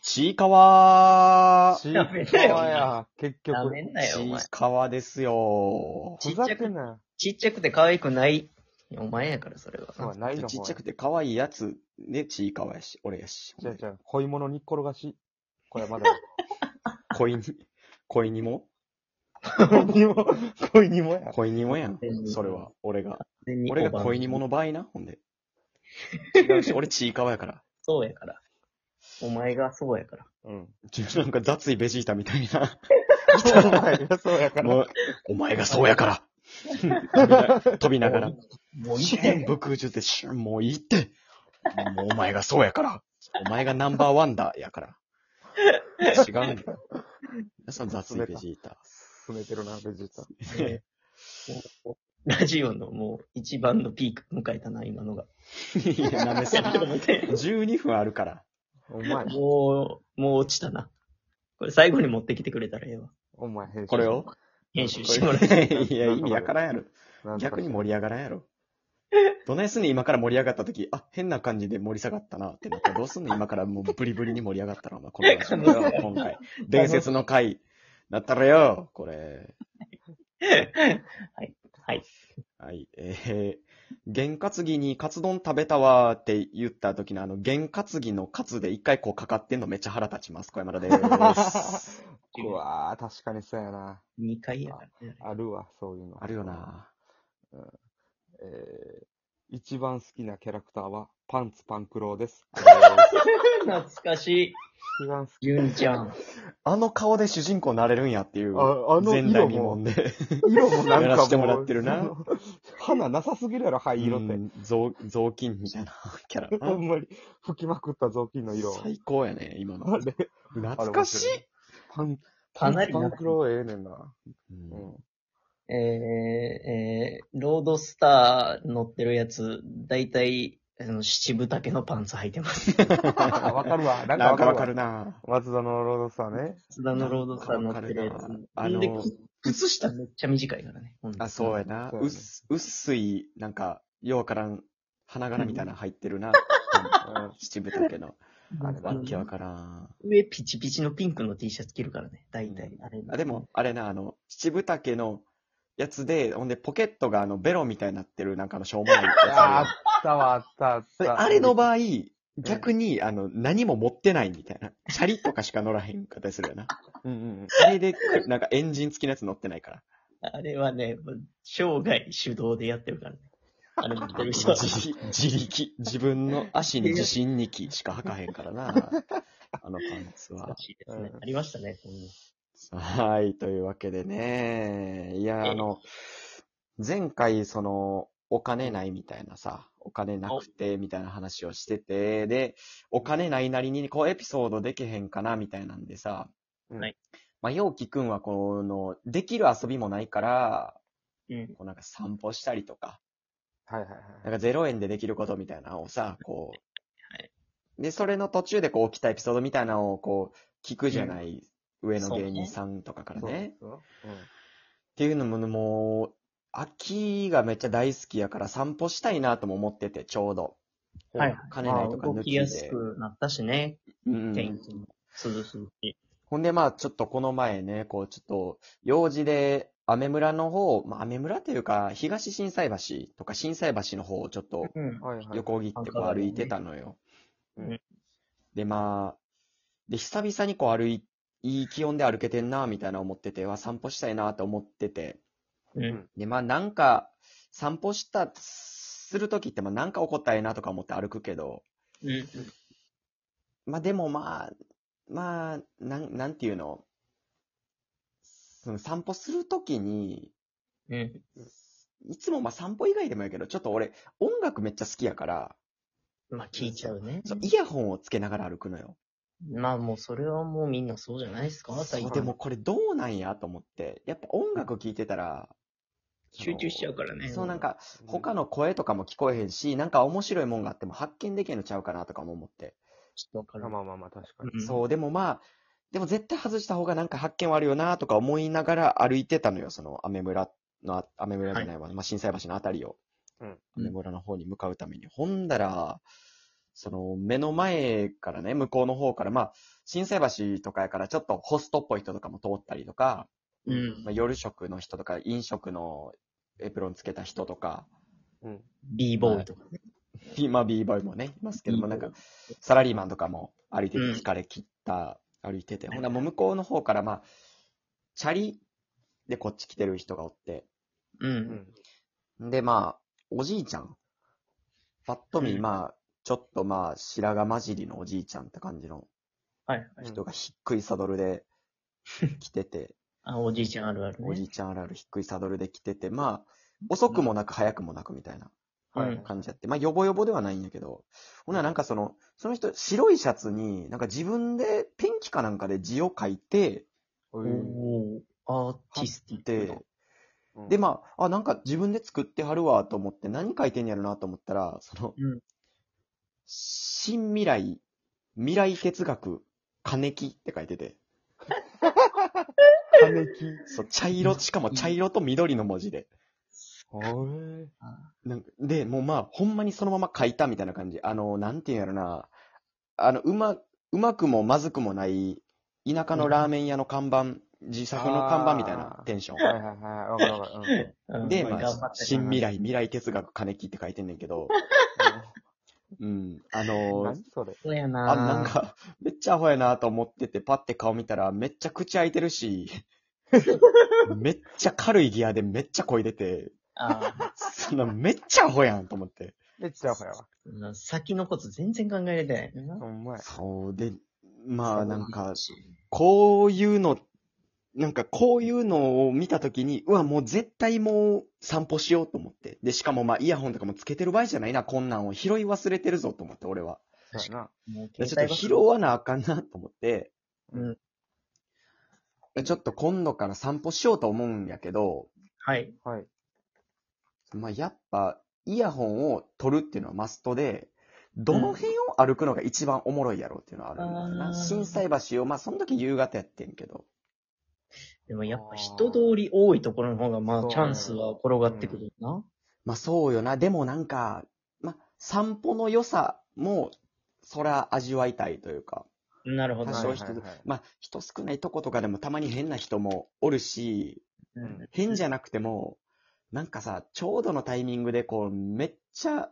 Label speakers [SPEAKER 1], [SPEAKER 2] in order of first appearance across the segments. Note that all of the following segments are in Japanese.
[SPEAKER 1] ちいかわ
[SPEAKER 2] ちい
[SPEAKER 1] ー
[SPEAKER 2] か
[SPEAKER 3] やめなよ
[SPEAKER 2] わ
[SPEAKER 3] お前
[SPEAKER 2] や、結
[SPEAKER 3] な
[SPEAKER 2] 局。
[SPEAKER 3] めんなよ、お前
[SPEAKER 1] ちい。かわですよ
[SPEAKER 3] ち
[SPEAKER 2] ふ
[SPEAKER 3] っちゃ
[SPEAKER 2] ざ
[SPEAKER 3] く
[SPEAKER 2] けんな。
[SPEAKER 3] ちっちゃくて可愛くない。お前やから、それ
[SPEAKER 2] そうは
[SPEAKER 3] は。
[SPEAKER 2] ないの、
[SPEAKER 1] ちっちゃく
[SPEAKER 2] て。
[SPEAKER 1] て可愛いやつ、ね、ちいかわやし、俺やし。
[SPEAKER 2] じゃあじゃあ、恋物にっころがし。これはまだ。
[SPEAKER 1] 恋に、恋にも
[SPEAKER 2] 恋にも、恋にもや。
[SPEAKER 1] 恋にもやん
[SPEAKER 3] 恋に。も
[SPEAKER 1] それは、俺が。俺
[SPEAKER 3] 俺
[SPEAKER 1] が恋にも。の場合な、ほんで。違 うし、俺ちいかわやから。
[SPEAKER 3] そうやから。お前がそうやから。
[SPEAKER 2] うん。
[SPEAKER 1] ちょなんか雑いベジータみたいな。
[SPEAKER 2] お前がそうや から。
[SPEAKER 1] もう、お前がそうやから。 飛びな飛びながら。
[SPEAKER 3] もういい
[SPEAKER 1] シ
[SPEAKER 3] ね
[SPEAKER 1] ェーン、僕、ちょっとシュン、もういいって。もうお前がそうやから。お前がナンバーワンだ、やから。違うんだよ。その雑いベジータ。
[SPEAKER 2] 進めてるな、ベジータ。
[SPEAKER 3] ねもうラジオのもう一番のピーク迎えたな、今のが。
[SPEAKER 1] いや、なめすぎ。
[SPEAKER 3] ちょっと待って
[SPEAKER 1] 12分あるから。
[SPEAKER 2] お前、
[SPEAKER 3] もう、もう落ちたな。これ最後に持ってきてくれたらええわ。
[SPEAKER 2] お前編集。
[SPEAKER 1] これを
[SPEAKER 3] 編集してもらえたら
[SPEAKER 1] いや、意味わからんやろ。
[SPEAKER 2] なんとか
[SPEAKER 1] 逆に盛り上がらんやろ。どないすんねん今から盛り上がった時、あ、変な感じで盛り下がったなってなったらどうすんねん今からもうブリブリに盛り上がったら、お前、この話
[SPEAKER 3] 可能性あ る
[SPEAKER 1] 今回。伝説の回、なったらよ、これ。
[SPEAKER 3] はい。はい。
[SPEAKER 1] はい。えー、験担ぎにカツ丼食べたわーって言った時のあの、験担ぎのカツで一回こうかかってんのめっちゃ腹立ちます。小山田でーす。
[SPEAKER 2] うわー、確かにそうやな。
[SPEAKER 3] 2回やからね。
[SPEAKER 2] あるわ、そういうの。
[SPEAKER 1] あるよ。な
[SPEAKER 2] えー、一番好きなキャラクターは、パンツパンクローです。
[SPEAKER 3] 懐かしい。
[SPEAKER 2] 一番好き。
[SPEAKER 3] ゆんちゃん。
[SPEAKER 1] あの顔で主人公になれるんやっていう、
[SPEAKER 2] ああの
[SPEAKER 1] 前代
[SPEAKER 2] 色
[SPEAKER 1] 未
[SPEAKER 2] も
[SPEAKER 1] 聞、で。
[SPEAKER 2] 色もなんかもう
[SPEAKER 1] やらしてもらってるな
[SPEAKER 2] その花なさすぎるやろ、灰色っ
[SPEAKER 1] う
[SPEAKER 2] て。
[SPEAKER 1] ん雑雑巾みたいなキャラ な。
[SPEAKER 2] ほんまに、吹きまくった雑巾の色。
[SPEAKER 1] 最高やね、今
[SPEAKER 2] あ
[SPEAKER 1] の。
[SPEAKER 2] れ、
[SPEAKER 1] 懐かしい、
[SPEAKER 2] パン、パ
[SPEAKER 3] か
[SPEAKER 2] ン
[SPEAKER 3] な
[SPEAKER 2] ツ
[SPEAKER 3] り
[SPEAKER 2] パン
[SPEAKER 3] 長い
[SPEAKER 2] クローええねんな。
[SPEAKER 1] うん
[SPEAKER 2] うん。
[SPEAKER 3] えー、えー、ロードスター乗ってるやつ、だいたい、あの、七分丈のパンツ履いてます。
[SPEAKER 2] あわかるわ。なんか
[SPEAKER 1] な
[SPEAKER 2] わ
[SPEAKER 1] んか
[SPEAKER 2] か
[SPEAKER 1] わ
[SPEAKER 2] る
[SPEAKER 1] か
[SPEAKER 2] わ
[SPEAKER 1] る。な
[SPEAKER 2] 松田のロードスターね。
[SPEAKER 3] 津田のロードスター乗ってるや
[SPEAKER 1] わかるな
[SPEAKER 3] つ。
[SPEAKER 1] あの
[SPEAKER 3] で、靴下めっちゃ短いからね。ほんで
[SPEAKER 1] あ、そうやな。
[SPEAKER 2] そうや
[SPEAKER 1] う
[SPEAKER 2] ね
[SPEAKER 1] っすうっすい、なんか、ようわからん、花柄みたいなの入ってるな。
[SPEAKER 2] うん
[SPEAKER 1] 七分丈の。
[SPEAKER 2] あれ
[SPEAKER 1] わ
[SPEAKER 2] だ
[SPEAKER 1] っけわからん。
[SPEAKER 3] 上ピチピチのピンクの T シャツ着るからね。だいたい。あれ
[SPEAKER 1] あ、でも、あれな、あの、七分丈のやつで、ほんで、ポケットがあの、ベロみたいになってる、なんかあの、しょうもないやつ
[SPEAKER 2] いやあったわ、あった、あっ
[SPEAKER 1] で
[SPEAKER 2] た。
[SPEAKER 1] あれの場合、逆に、あの、何も持ってないみたいな。チャリとかしか乗らへんかったりするよな。
[SPEAKER 2] うんうんうん。
[SPEAKER 1] あれで、なんかエンジン付きのやつ乗ってないから。
[SPEAKER 3] あれはね、もう生涯手動でやってるからね。あれ持って る人は。
[SPEAKER 1] 自自力。自分の足に自信にきしか履かへんからな。あのパンツは
[SPEAKER 3] 懐。かしいですね
[SPEAKER 2] うん
[SPEAKER 3] ありましたね。こういう
[SPEAKER 1] はい、というわけでね。いや、あの、前回、その、お金ないみたいなさ、お金なくて、みたいな話をしてて、で、お金ないなりに、こう、エピソードできへんかな、みたいなんでさ、
[SPEAKER 3] はい
[SPEAKER 1] まあ、陽気くんは、この、できる遊びもないから、
[SPEAKER 3] うん。
[SPEAKER 1] こうなんか散歩したりとか、
[SPEAKER 2] はいはい
[SPEAKER 1] なんか0円でできることみたいなのをさ、こ
[SPEAKER 3] は
[SPEAKER 1] う。で、それの途中でこう起きたエピソードみたいなのをこう、聞くじゃない、上の
[SPEAKER 3] そうね
[SPEAKER 1] 芸人さんとかから
[SPEAKER 2] はい。
[SPEAKER 1] ね。
[SPEAKER 2] そうそううん
[SPEAKER 1] っていうのも、もう、秋がめっちゃ大好きやから散歩したいなとも思ってて、ちょうど。
[SPEAKER 3] はい。
[SPEAKER 1] 金ないとか
[SPEAKER 3] ま
[SPEAKER 1] 抜
[SPEAKER 3] あ動
[SPEAKER 1] き
[SPEAKER 3] き
[SPEAKER 1] で。
[SPEAKER 3] やすくなったしね。
[SPEAKER 1] うんうん
[SPEAKER 3] 天気も涼しいし。
[SPEAKER 1] ほんでまあちょっとこの前ね、こうちょっと用事で、アメ村の方、まあアメ村というか、東震災橋とか震災橋の方をちょっと
[SPEAKER 3] うん。
[SPEAKER 2] はいはい。
[SPEAKER 1] 横切ってこう歩いてたのよ。
[SPEAKER 3] うん
[SPEAKER 1] で、まあ、で、久々にこう歩い、いい気温で歩けてんな、みたいな思ってて、わ、散歩したいな、と思ってて。
[SPEAKER 3] うん。
[SPEAKER 1] で、まあなんか、散歩した、するときって、まあなんか起こったらええなとか思って歩くけど、
[SPEAKER 3] うん。
[SPEAKER 1] まあでもまあ、まあ、なん、なんていうの、その散歩するときに、
[SPEAKER 3] うん。
[SPEAKER 1] いつもまあ散歩以外でもやけど、ちょっと俺、音楽めっちゃ好きやから、
[SPEAKER 3] まあ聞いちゃうね。
[SPEAKER 1] そうイヤホンをつけながら歩くのよ。
[SPEAKER 3] まあもうそれはもうみんなそうじゃないですか
[SPEAKER 1] そ
[SPEAKER 3] 最
[SPEAKER 1] う
[SPEAKER 3] 近
[SPEAKER 1] でもこれどうなんやと思って、やっぱ音楽聴いてたら、
[SPEAKER 3] 集中しちゃうからね。
[SPEAKER 1] そうなんか、
[SPEAKER 2] うん
[SPEAKER 1] 他の声とかも聞こえへんし、なんか面白いもんがあっても発見できへんのちゃうかなとかも思って。
[SPEAKER 3] ちょっとわか
[SPEAKER 2] ま
[SPEAKER 3] る
[SPEAKER 2] あ。まあまあまあ、確かに。
[SPEAKER 3] うん
[SPEAKER 1] そう、でもまあ、でも絶対外した方がなんか発見はあるよなとか思いながら歩いてたのよ、その、雨村の、あ雨村じゃないわ、まあ、震災橋のあたりを。
[SPEAKER 2] うん
[SPEAKER 1] 雨村の方に向かうために。ほんだら、その、目の前からね、向こうの方から、まあ、新生橋とかやから、ちょっとホストっぽい人とかも通ったりとか、
[SPEAKER 3] うん
[SPEAKER 1] まあ、夜食の人とか、飲食のエプロンつけた人とか、
[SPEAKER 2] うん。
[SPEAKER 3] b ボーイとか。
[SPEAKER 1] ビまあ、b ボーイもね、いますけども、
[SPEAKER 3] B-boy
[SPEAKER 1] なんか、サラリーマンとかも歩いてて、疲れ切った、歩いてて、ほんならもう向こうの方から、まあ、チャリでこっち来てる人がおって、
[SPEAKER 3] う。
[SPEAKER 2] うんん。
[SPEAKER 1] で、まあ、おじいちゃん。ぱっと見、
[SPEAKER 3] うん
[SPEAKER 1] まあ、ちょっとまあ、白髪混じりのおじいちゃんって感じの
[SPEAKER 3] はいはい。
[SPEAKER 1] 人が低いサドルで来て て、
[SPEAKER 3] あ、おじいちゃんあるある
[SPEAKER 1] おじ
[SPEAKER 3] ね。
[SPEAKER 1] いちゃんあるある低いサドルで来てて、まあ、遅くもなく早くもなくみたいな
[SPEAKER 2] はい
[SPEAKER 3] うん
[SPEAKER 1] 感じやって、まあ、よぼよぼではないんやけど、ほんならなんかその、その人、白いシャツに、なんか自分でペンキかなんかで字を書いて、
[SPEAKER 2] お
[SPEAKER 3] お
[SPEAKER 2] ー
[SPEAKER 3] おーアーティスティック
[SPEAKER 1] で
[SPEAKER 3] な。、
[SPEAKER 2] うん
[SPEAKER 1] で、まあ、あ、なんか自分で作ってはるわと思って、何書いてんやろなと思ったら、その、
[SPEAKER 3] うん
[SPEAKER 1] 新未来、未来哲学、金木って書いてて、
[SPEAKER 2] ためき。
[SPEAKER 1] そう、茶色、しかも茶色と緑の文字で。
[SPEAKER 2] あれ
[SPEAKER 1] なんかで、もうまあ、ほんまにそのまま書いたみたいな感じ。あの、なんていうんやろな。あの、うま、うまくもまずくもない、田舎のラーメン屋の看板、自作の看板みたいな
[SPEAKER 2] あー
[SPEAKER 1] テンション。
[SPEAKER 2] はいはいはい。わかるわかる。
[SPEAKER 3] うん
[SPEAKER 1] で、
[SPEAKER 3] ま
[SPEAKER 1] ま
[SPEAKER 3] あ頑張
[SPEAKER 1] あ
[SPEAKER 3] っ、て
[SPEAKER 1] 新未来、未来哲学、金木って書いてんねんけど、うん。あ
[SPEAKER 2] うん。
[SPEAKER 1] のー
[SPEAKER 2] 何、それ
[SPEAKER 3] そうやな
[SPEAKER 1] あ、なんか、めっちゃアホやなと思ってて、パッて顔見たら、めっちゃ口開いてる し、めっちゃ軽いギアでめっちゃこいでて、
[SPEAKER 3] あー
[SPEAKER 1] そんなめっちゃアホやんと思って。
[SPEAKER 2] めっちゃほやわ。
[SPEAKER 3] うん先のこと全然考えれてないな。
[SPEAKER 2] ほんまや。
[SPEAKER 1] そうで、まあなんか、こういうの、なんかこういうのを見たときに、うわ、もう絶対もう散歩しようと思って。で、しかもまあイヤホンとかもつけてる場合じゃないな、こんなんを拾い忘れてるぞと思って、俺は。
[SPEAKER 2] そうやな。
[SPEAKER 3] もう
[SPEAKER 1] で
[SPEAKER 3] 携
[SPEAKER 1] ちょっ
[SPEAKER 3] 帯
[SPEAKER 1] と
[SPEAKER 3] が
[SPEAKER 1] 拾わなあかんなと思って、
[SPEAKER 3] うん
[SPEAKER 1] でちょっと今度から散歩しようと思うんやけど、
[SPEAKER 3] はい。
[SPEAKER 2] はい。
[SPEAKER 1] まあ、やっぱ、イヤホンを取るっていうのはマストで、どの辺を歩くのが一番おもろいやろうっていうのはあるんだよな。
[SPEAKER 3] うん
[SPEAKER 1] 震災橋を、まあ、その時夕方やってんけど。
[SPEAKER 3] でもやっぱ人通り多いところの方が、まあ
[SPEAKER 2] そう
[SPEAKER 3] チャンスは転がってくるな。
[SPEAKER 1] まあ、そうよな。でもなんか、まあ、散歩の良さも、そら味わいたいというか。
[SPEAKER 3] なるほど。
[SPEAKER 1] 多
[SPEAKER 2] はい
[SPEAKER 1] 少
[SPEAKER 2] はい
[SPEAKER 1] 人、
[SPEAKER 2] はい
[SPEAKER 1] まあ、人少ないとことかでもたまに変な人もおるし、
[SPEAKER 3] うん
[SPEAKER 1] 変じゃなくても、なんかさ、ちょうどのタイミングでこう、めっちゃ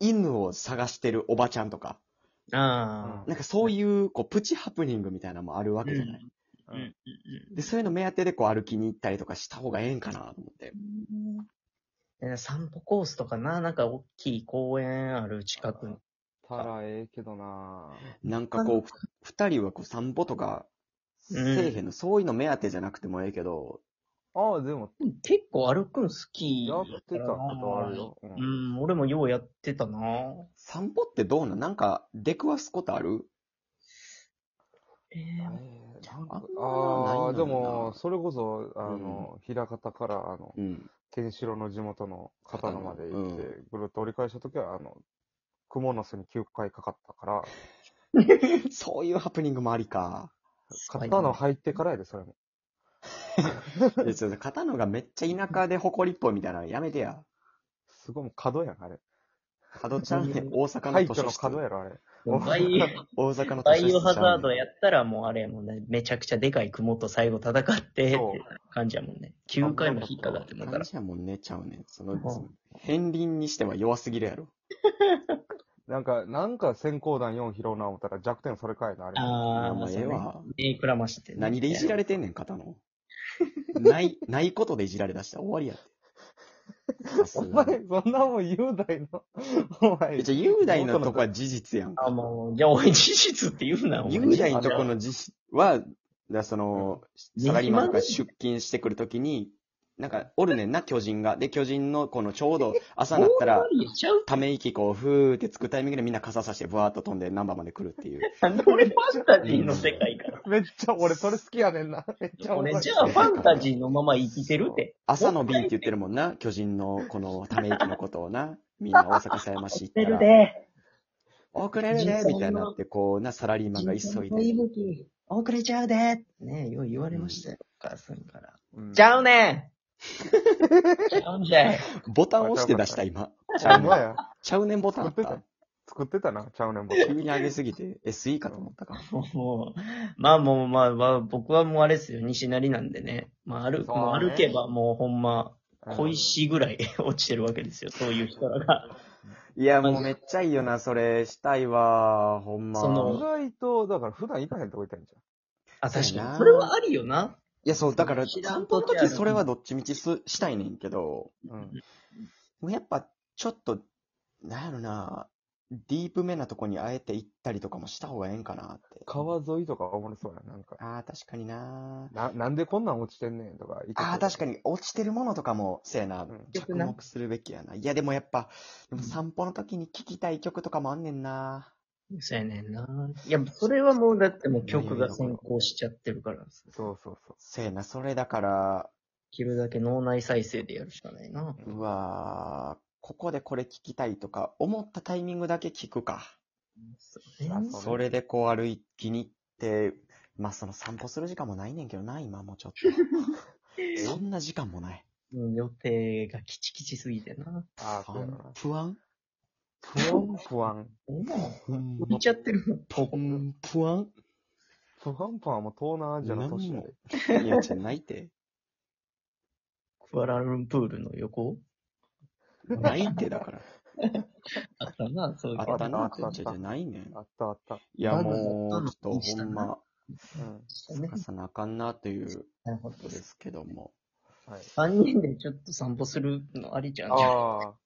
[SPEAKER 1] 犬を探してるおばちゃんとか、
[SPEAKER 3] あ
[SPEAKER 1] なんかそういう、こう、プチハプニングみたいなのもあるわ
[SPEAKER 3] あ。
[SPEAKER 1] けじゃない。
[SPEAKER 3] うんうんうん
[SPEAKER 1] で、そういうの目当てでこう歩きに行ったりとかした方がええんかなと思って。
[SPEAKER 3] で散歩コースとかな、なんか大きい公園ある近くに。
[SPEAKER 2] たらええけどな
[SPEAKER 1] なんかこう、ふ二人はこう散歩とか、せ
[SPEAKER 3] うん
[SPEAKER 1] えへんの、そういうの目当てじゃなくてもええけど、
[SPEAKER 2] ああ、でも、
[SPEAKER 3] 結構歩くん好き
[SPEAKER 2] やってたことあるよ。う。
[SPEAKER 3] うんん、俺もようやってたな
[SPEAKER 1] 散歩ってどうなんなんか、出くわすことある
[SPEAKER 2] え
[SPEAKER 3] え
[SPEAKER 2] ーな
[SPEAKER 3] ー
[SPEAKER 2] ん
[SPEAKER 1] あん
[SPEAKER 2] か
[SPEAKER 1] まりない
[SPEAKER 2] あ
[SPEAKER 1] の
[SPEAKER 2] あ、で
[SPEAKER 1] にな
[SPEAKER 2] も、それこそ、あの、平方から、あの、
[SPEAKER 1] うん。
[SPEAKER 2] ケンシロウの地元の方のまで行って
[SPEAKER 1] う、
[SPEAKER 2] ぐるっと折り返したときは、あの、クモの巣に9回かかったから、
[SPEAKER 1] そういうハプニングもありか。
[SPEAKER 3] スパイダーマ
[SPEAKER 2] 刀
[SPEAKER 3] ン
[SPEAKER 2] 入ってからやで、それも。
[SPEAKER 1] いやちょっと片野がめっちゃ田舎で誇りっぽいみたいなのやめてや。
[SPEAKER 2] すごい、もう角やん、あれ。
[SPEAKER 1] 角ちゃんね、大阪
[SPEAKER 2] 廃
[SPEAKER 1] の図書
[SPEAKER 2] 墟の
[SPEAKER 1] 室。
[SPEAKER 2] 角やろ、あれ。
[SPEAKER 3] バイ
[SPEAKER 1] 大阪の
[SPEAKER 3] バ
[SPEAKER 1] 図書室ちゃうねん。
[SPEAKER 3] イオハザードやったらもうあれやもんね、めちゃくちゃでかい雲と最後戦って、って
[SPEAKER 2] そう
[SPEAKER 3] 感じやもんね。9回も引っかかってんだか
[SPEAKER 1] 感
[SPEAKER 3] ら。
[SPEAKER 1] じやもんね、ちゃうねん。その、
[SPEAKER 3] うん
[SPEAKER 1] その片鱗にしては弱すぎるやろ。
[SPEAKER 2] なんか、なんか閃光弾4拾うな思ったら弱点それかいな、あれ。
[SPEAKER 3] ああ、
[SPEAKER 1] まあ
[SPEAKER 3] まあ、
[SPEAKER 1] ええわ。
[SPEAKER 3] 目くらまして、ね。
[SPEAKER 1] 何でいじられてんねん、片野。ない、ないことでいじられだしたら終わりやって。さす
[SPEAKER 2] お
[SPEAKER 1] が
[SPEAKER 2] 前、
[SPEAKER 1] に
[SPEAKER 2] そんなもん雄大の、 お前。
[SPEAKER 1] えじゃあ雄大のとこは事実やんか。
[SPEAKER 3] あ、もう、じゃあ、おい、事実って言うな、お前
[SPEAKER 1] 雄大のとこの実は、だからその、
[SPEAKER 3] うん
[SPEAKER 1] サラリーマンが出勤してくるときに、なんか、おるねんな、巨人が。で、巨人のこのちょうど朝になったら
[SPEAKER 3] 大、回りちゃう
[SPEAKER 1] ため息こう、ふーってつくタイミングでみんな傘さして、ブワーっと飛んでナンバーまで来るっていう。
[SPEAKER 3] なんで俺ファンタジーの世界から。
[SPEAKER 2] めっちゃ、俺それ好きやねんな。めっちゃおもろい
[SPEAKER 3] 俺、じゃあ、ファンタジーのまま生きてるって。
[SPEAKER 1] 朝の便って言ってるもんな、巨人のこのため息のことを な、みんな大阪狭山市行ったら、
[SPEAKER 3] で。
[SPEAKER 1] 遅れるで、みたいになって、こうな、サラリーマンが急いで、
[SPEAKER 3] 遅れちゃうで。ねよう言われましたよ、お母さんから。
[SPEAKER 2] うん
[SPEAKER 3] ちゃうねんちゃうんじゃい。
[SPEAKER 1] ボタン押して出した、今。
[SPEAKER 2] ほんまや。
[SPEAKER 1] ちゃうねんボタンあっ
[SPEAKER 2] 作ったて。作ってたな、ちゃうねん、僕。
[SPEAKER 1] 急に上げすぎて SE かと思ったか。
[SPEAKER 3] もう、まあもう、まあ、まあ、僕はもうあれですよ、西成なんでね。まあ、歩、
[SPEAKER 2] そうね
[SPEAKER 3] もう歩けばもうほんま、
[SPEAKER 2] うん
[SPEAKER 3] 小石ぐらい落ちてるわけ ですよ、そういう人らが。
[SPEAKER 1] いや、もうめっちゃいいよな、それ。したいわ、ほんま。
[SPEAKER 3] その
[SPEAKER 2] 意外と、だから普段行かへんとこ行ったんじ
[SPEAKER 3] あ、確
[SPEAKER 1] そうや
[SPEAKER 3] か
[SPEAKER 1] な
[SPEAKER 3] に。それはありよな。
[SPEAKER 1] いや、そう、だから、
[SPEAKER 3] 知
[SPEAKER 1] ち
[SPEAKER 3] ら
[SPEAKER 1] ゃ
[SPEAKER 3] ん
[SPEAKER 1] ん
[SPEAKER 3] こととやな
[SPEAKER 1] 時それはどっちみちすしたいねんけど、
[SPEAKER 2] ゃん。うん。
[SPEAKER 1] もうやっぱ、ちょっと、なんやろな、ディープめなとこにあえて行ったりとかもした方がええんかなって。
[SPEAKER 2] 川沿いとかおもろそうやな、なんか。
[SPEAKER 1] ああ、確かにな。
[SPEAKER 2] な、なんでこんなん落ちてんねんとか。
[SPEAKER 1] ああ、確か
[SPEAKER 2] に。
[SPEAKER 1] に、落ちてるものとかも、せやな、
[SPEAKER 2] ん
[SPEAKER 1] 着目するべきやな。いや、でもやっぱ、でも散歩の時に聴きたい曲とかもあんねんな。
[SPEAKER 3] そうやねんな。いや、それはもうだってもう曲が先行しちゃってるから、
[SPEAKER 2] そうそうそう。
[SPEAKER 1] せやな、それだから、
[SPEAKER 3] できるだけ脳内再生でやるしかないな。
[SPEAKER 1] うわーここでこれ聴きたいとか、思ったタイミングだけ聴くか。
[SPEAKER 3] そうね
[SPEAKER 2] あそう
[SPEAKER 1] それでこう歩きに行って、まあその散歩する時間もないねんけどな、今もちょっ と。そんな時間もない。
[SPEAKER 3] うん予定がキチキチすぎてな。
[SPEAKER 2] ああ、そうやろな。
[SPEAKER 1] 不安
[SPEAKER 2] 不安、不安。
[SPEAKER 3] お前、
[SPEAKER 1] 不安
[SPEAKER 3] 浮いちゃってる。
[SPEAKER 1] ポン不安
[SPEAKER 2] 不安パンはもう東南アジアの都市
[SPEAKER 1] 何
[SPEAKER 2] やで
[SPEAKER 1] も。いや、じゃないって。
[SPEAKER 3] クアラルンプールの横
[SPEAKER 1] ないってだから。
[SPEAKER 3] あったな、そういう
[SPEAKER 1] あったなっ。
[SPEAKER 2] あったあってた
[SPEAKER 1] じゃないねん。
[SPEAKER 2] あったあった。
[SPEAKER 1] いや、
[SPEAKER 3] バグ
[SPEAKER 1] もう、ちょっと
[SPEAKER 3] した
[SPEAKER 1] ほ
[SPEAKER 3] なん
[SPEAKER 1] ま、
[SPEAKER 2] うん。
[SPEAKER 3] ね。
[SPEAKER 1] かさなあかんなという
[SPEAKER 3] なるほど
[SPEAKER 1] ことですけども。
[SPEAKER 2] はい。
[SPEAKER 3] 3人でちょっと散歩するのありじゃん。
[SPEAKER 2] ああ。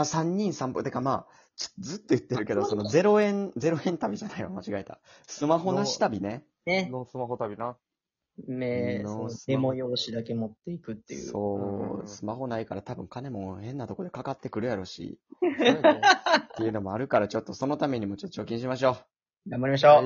[SPEAKER 1] あ、三人散歩。てかまあ、ちょずっと言ってるけど、その0円、0円旅じゃないわ、間違えた。スマホなし旅ね。
[SPEAKER 3] ね。
[SPEAKER 2] のスマホ旅な。
[SPEAKER 3] 目、
[SPEAKER 1] の
[SPEAKER 3] その
[SPEAKER 1] スマ
[SPEAKER 3] メ
[SPEAKER 1] ホ
[SPEAKER 3] モ用紙だけ持っていくっていう。
[SPEAKER 2] うんうん
[SPEAKER 1] そうう、
[SPEAKER 2] ん
[SPEAKER 1] スマホないから多分金も変なとこでかかってくるやろし、
[SPEAKER 2] そうやね
[SPEAKER 1] っていうのもあるから、ちょっとそのためにもちょっと貯金しましょう。
[SPEAKER 3] 頑張りましょう。
[SPEAKER 2] はい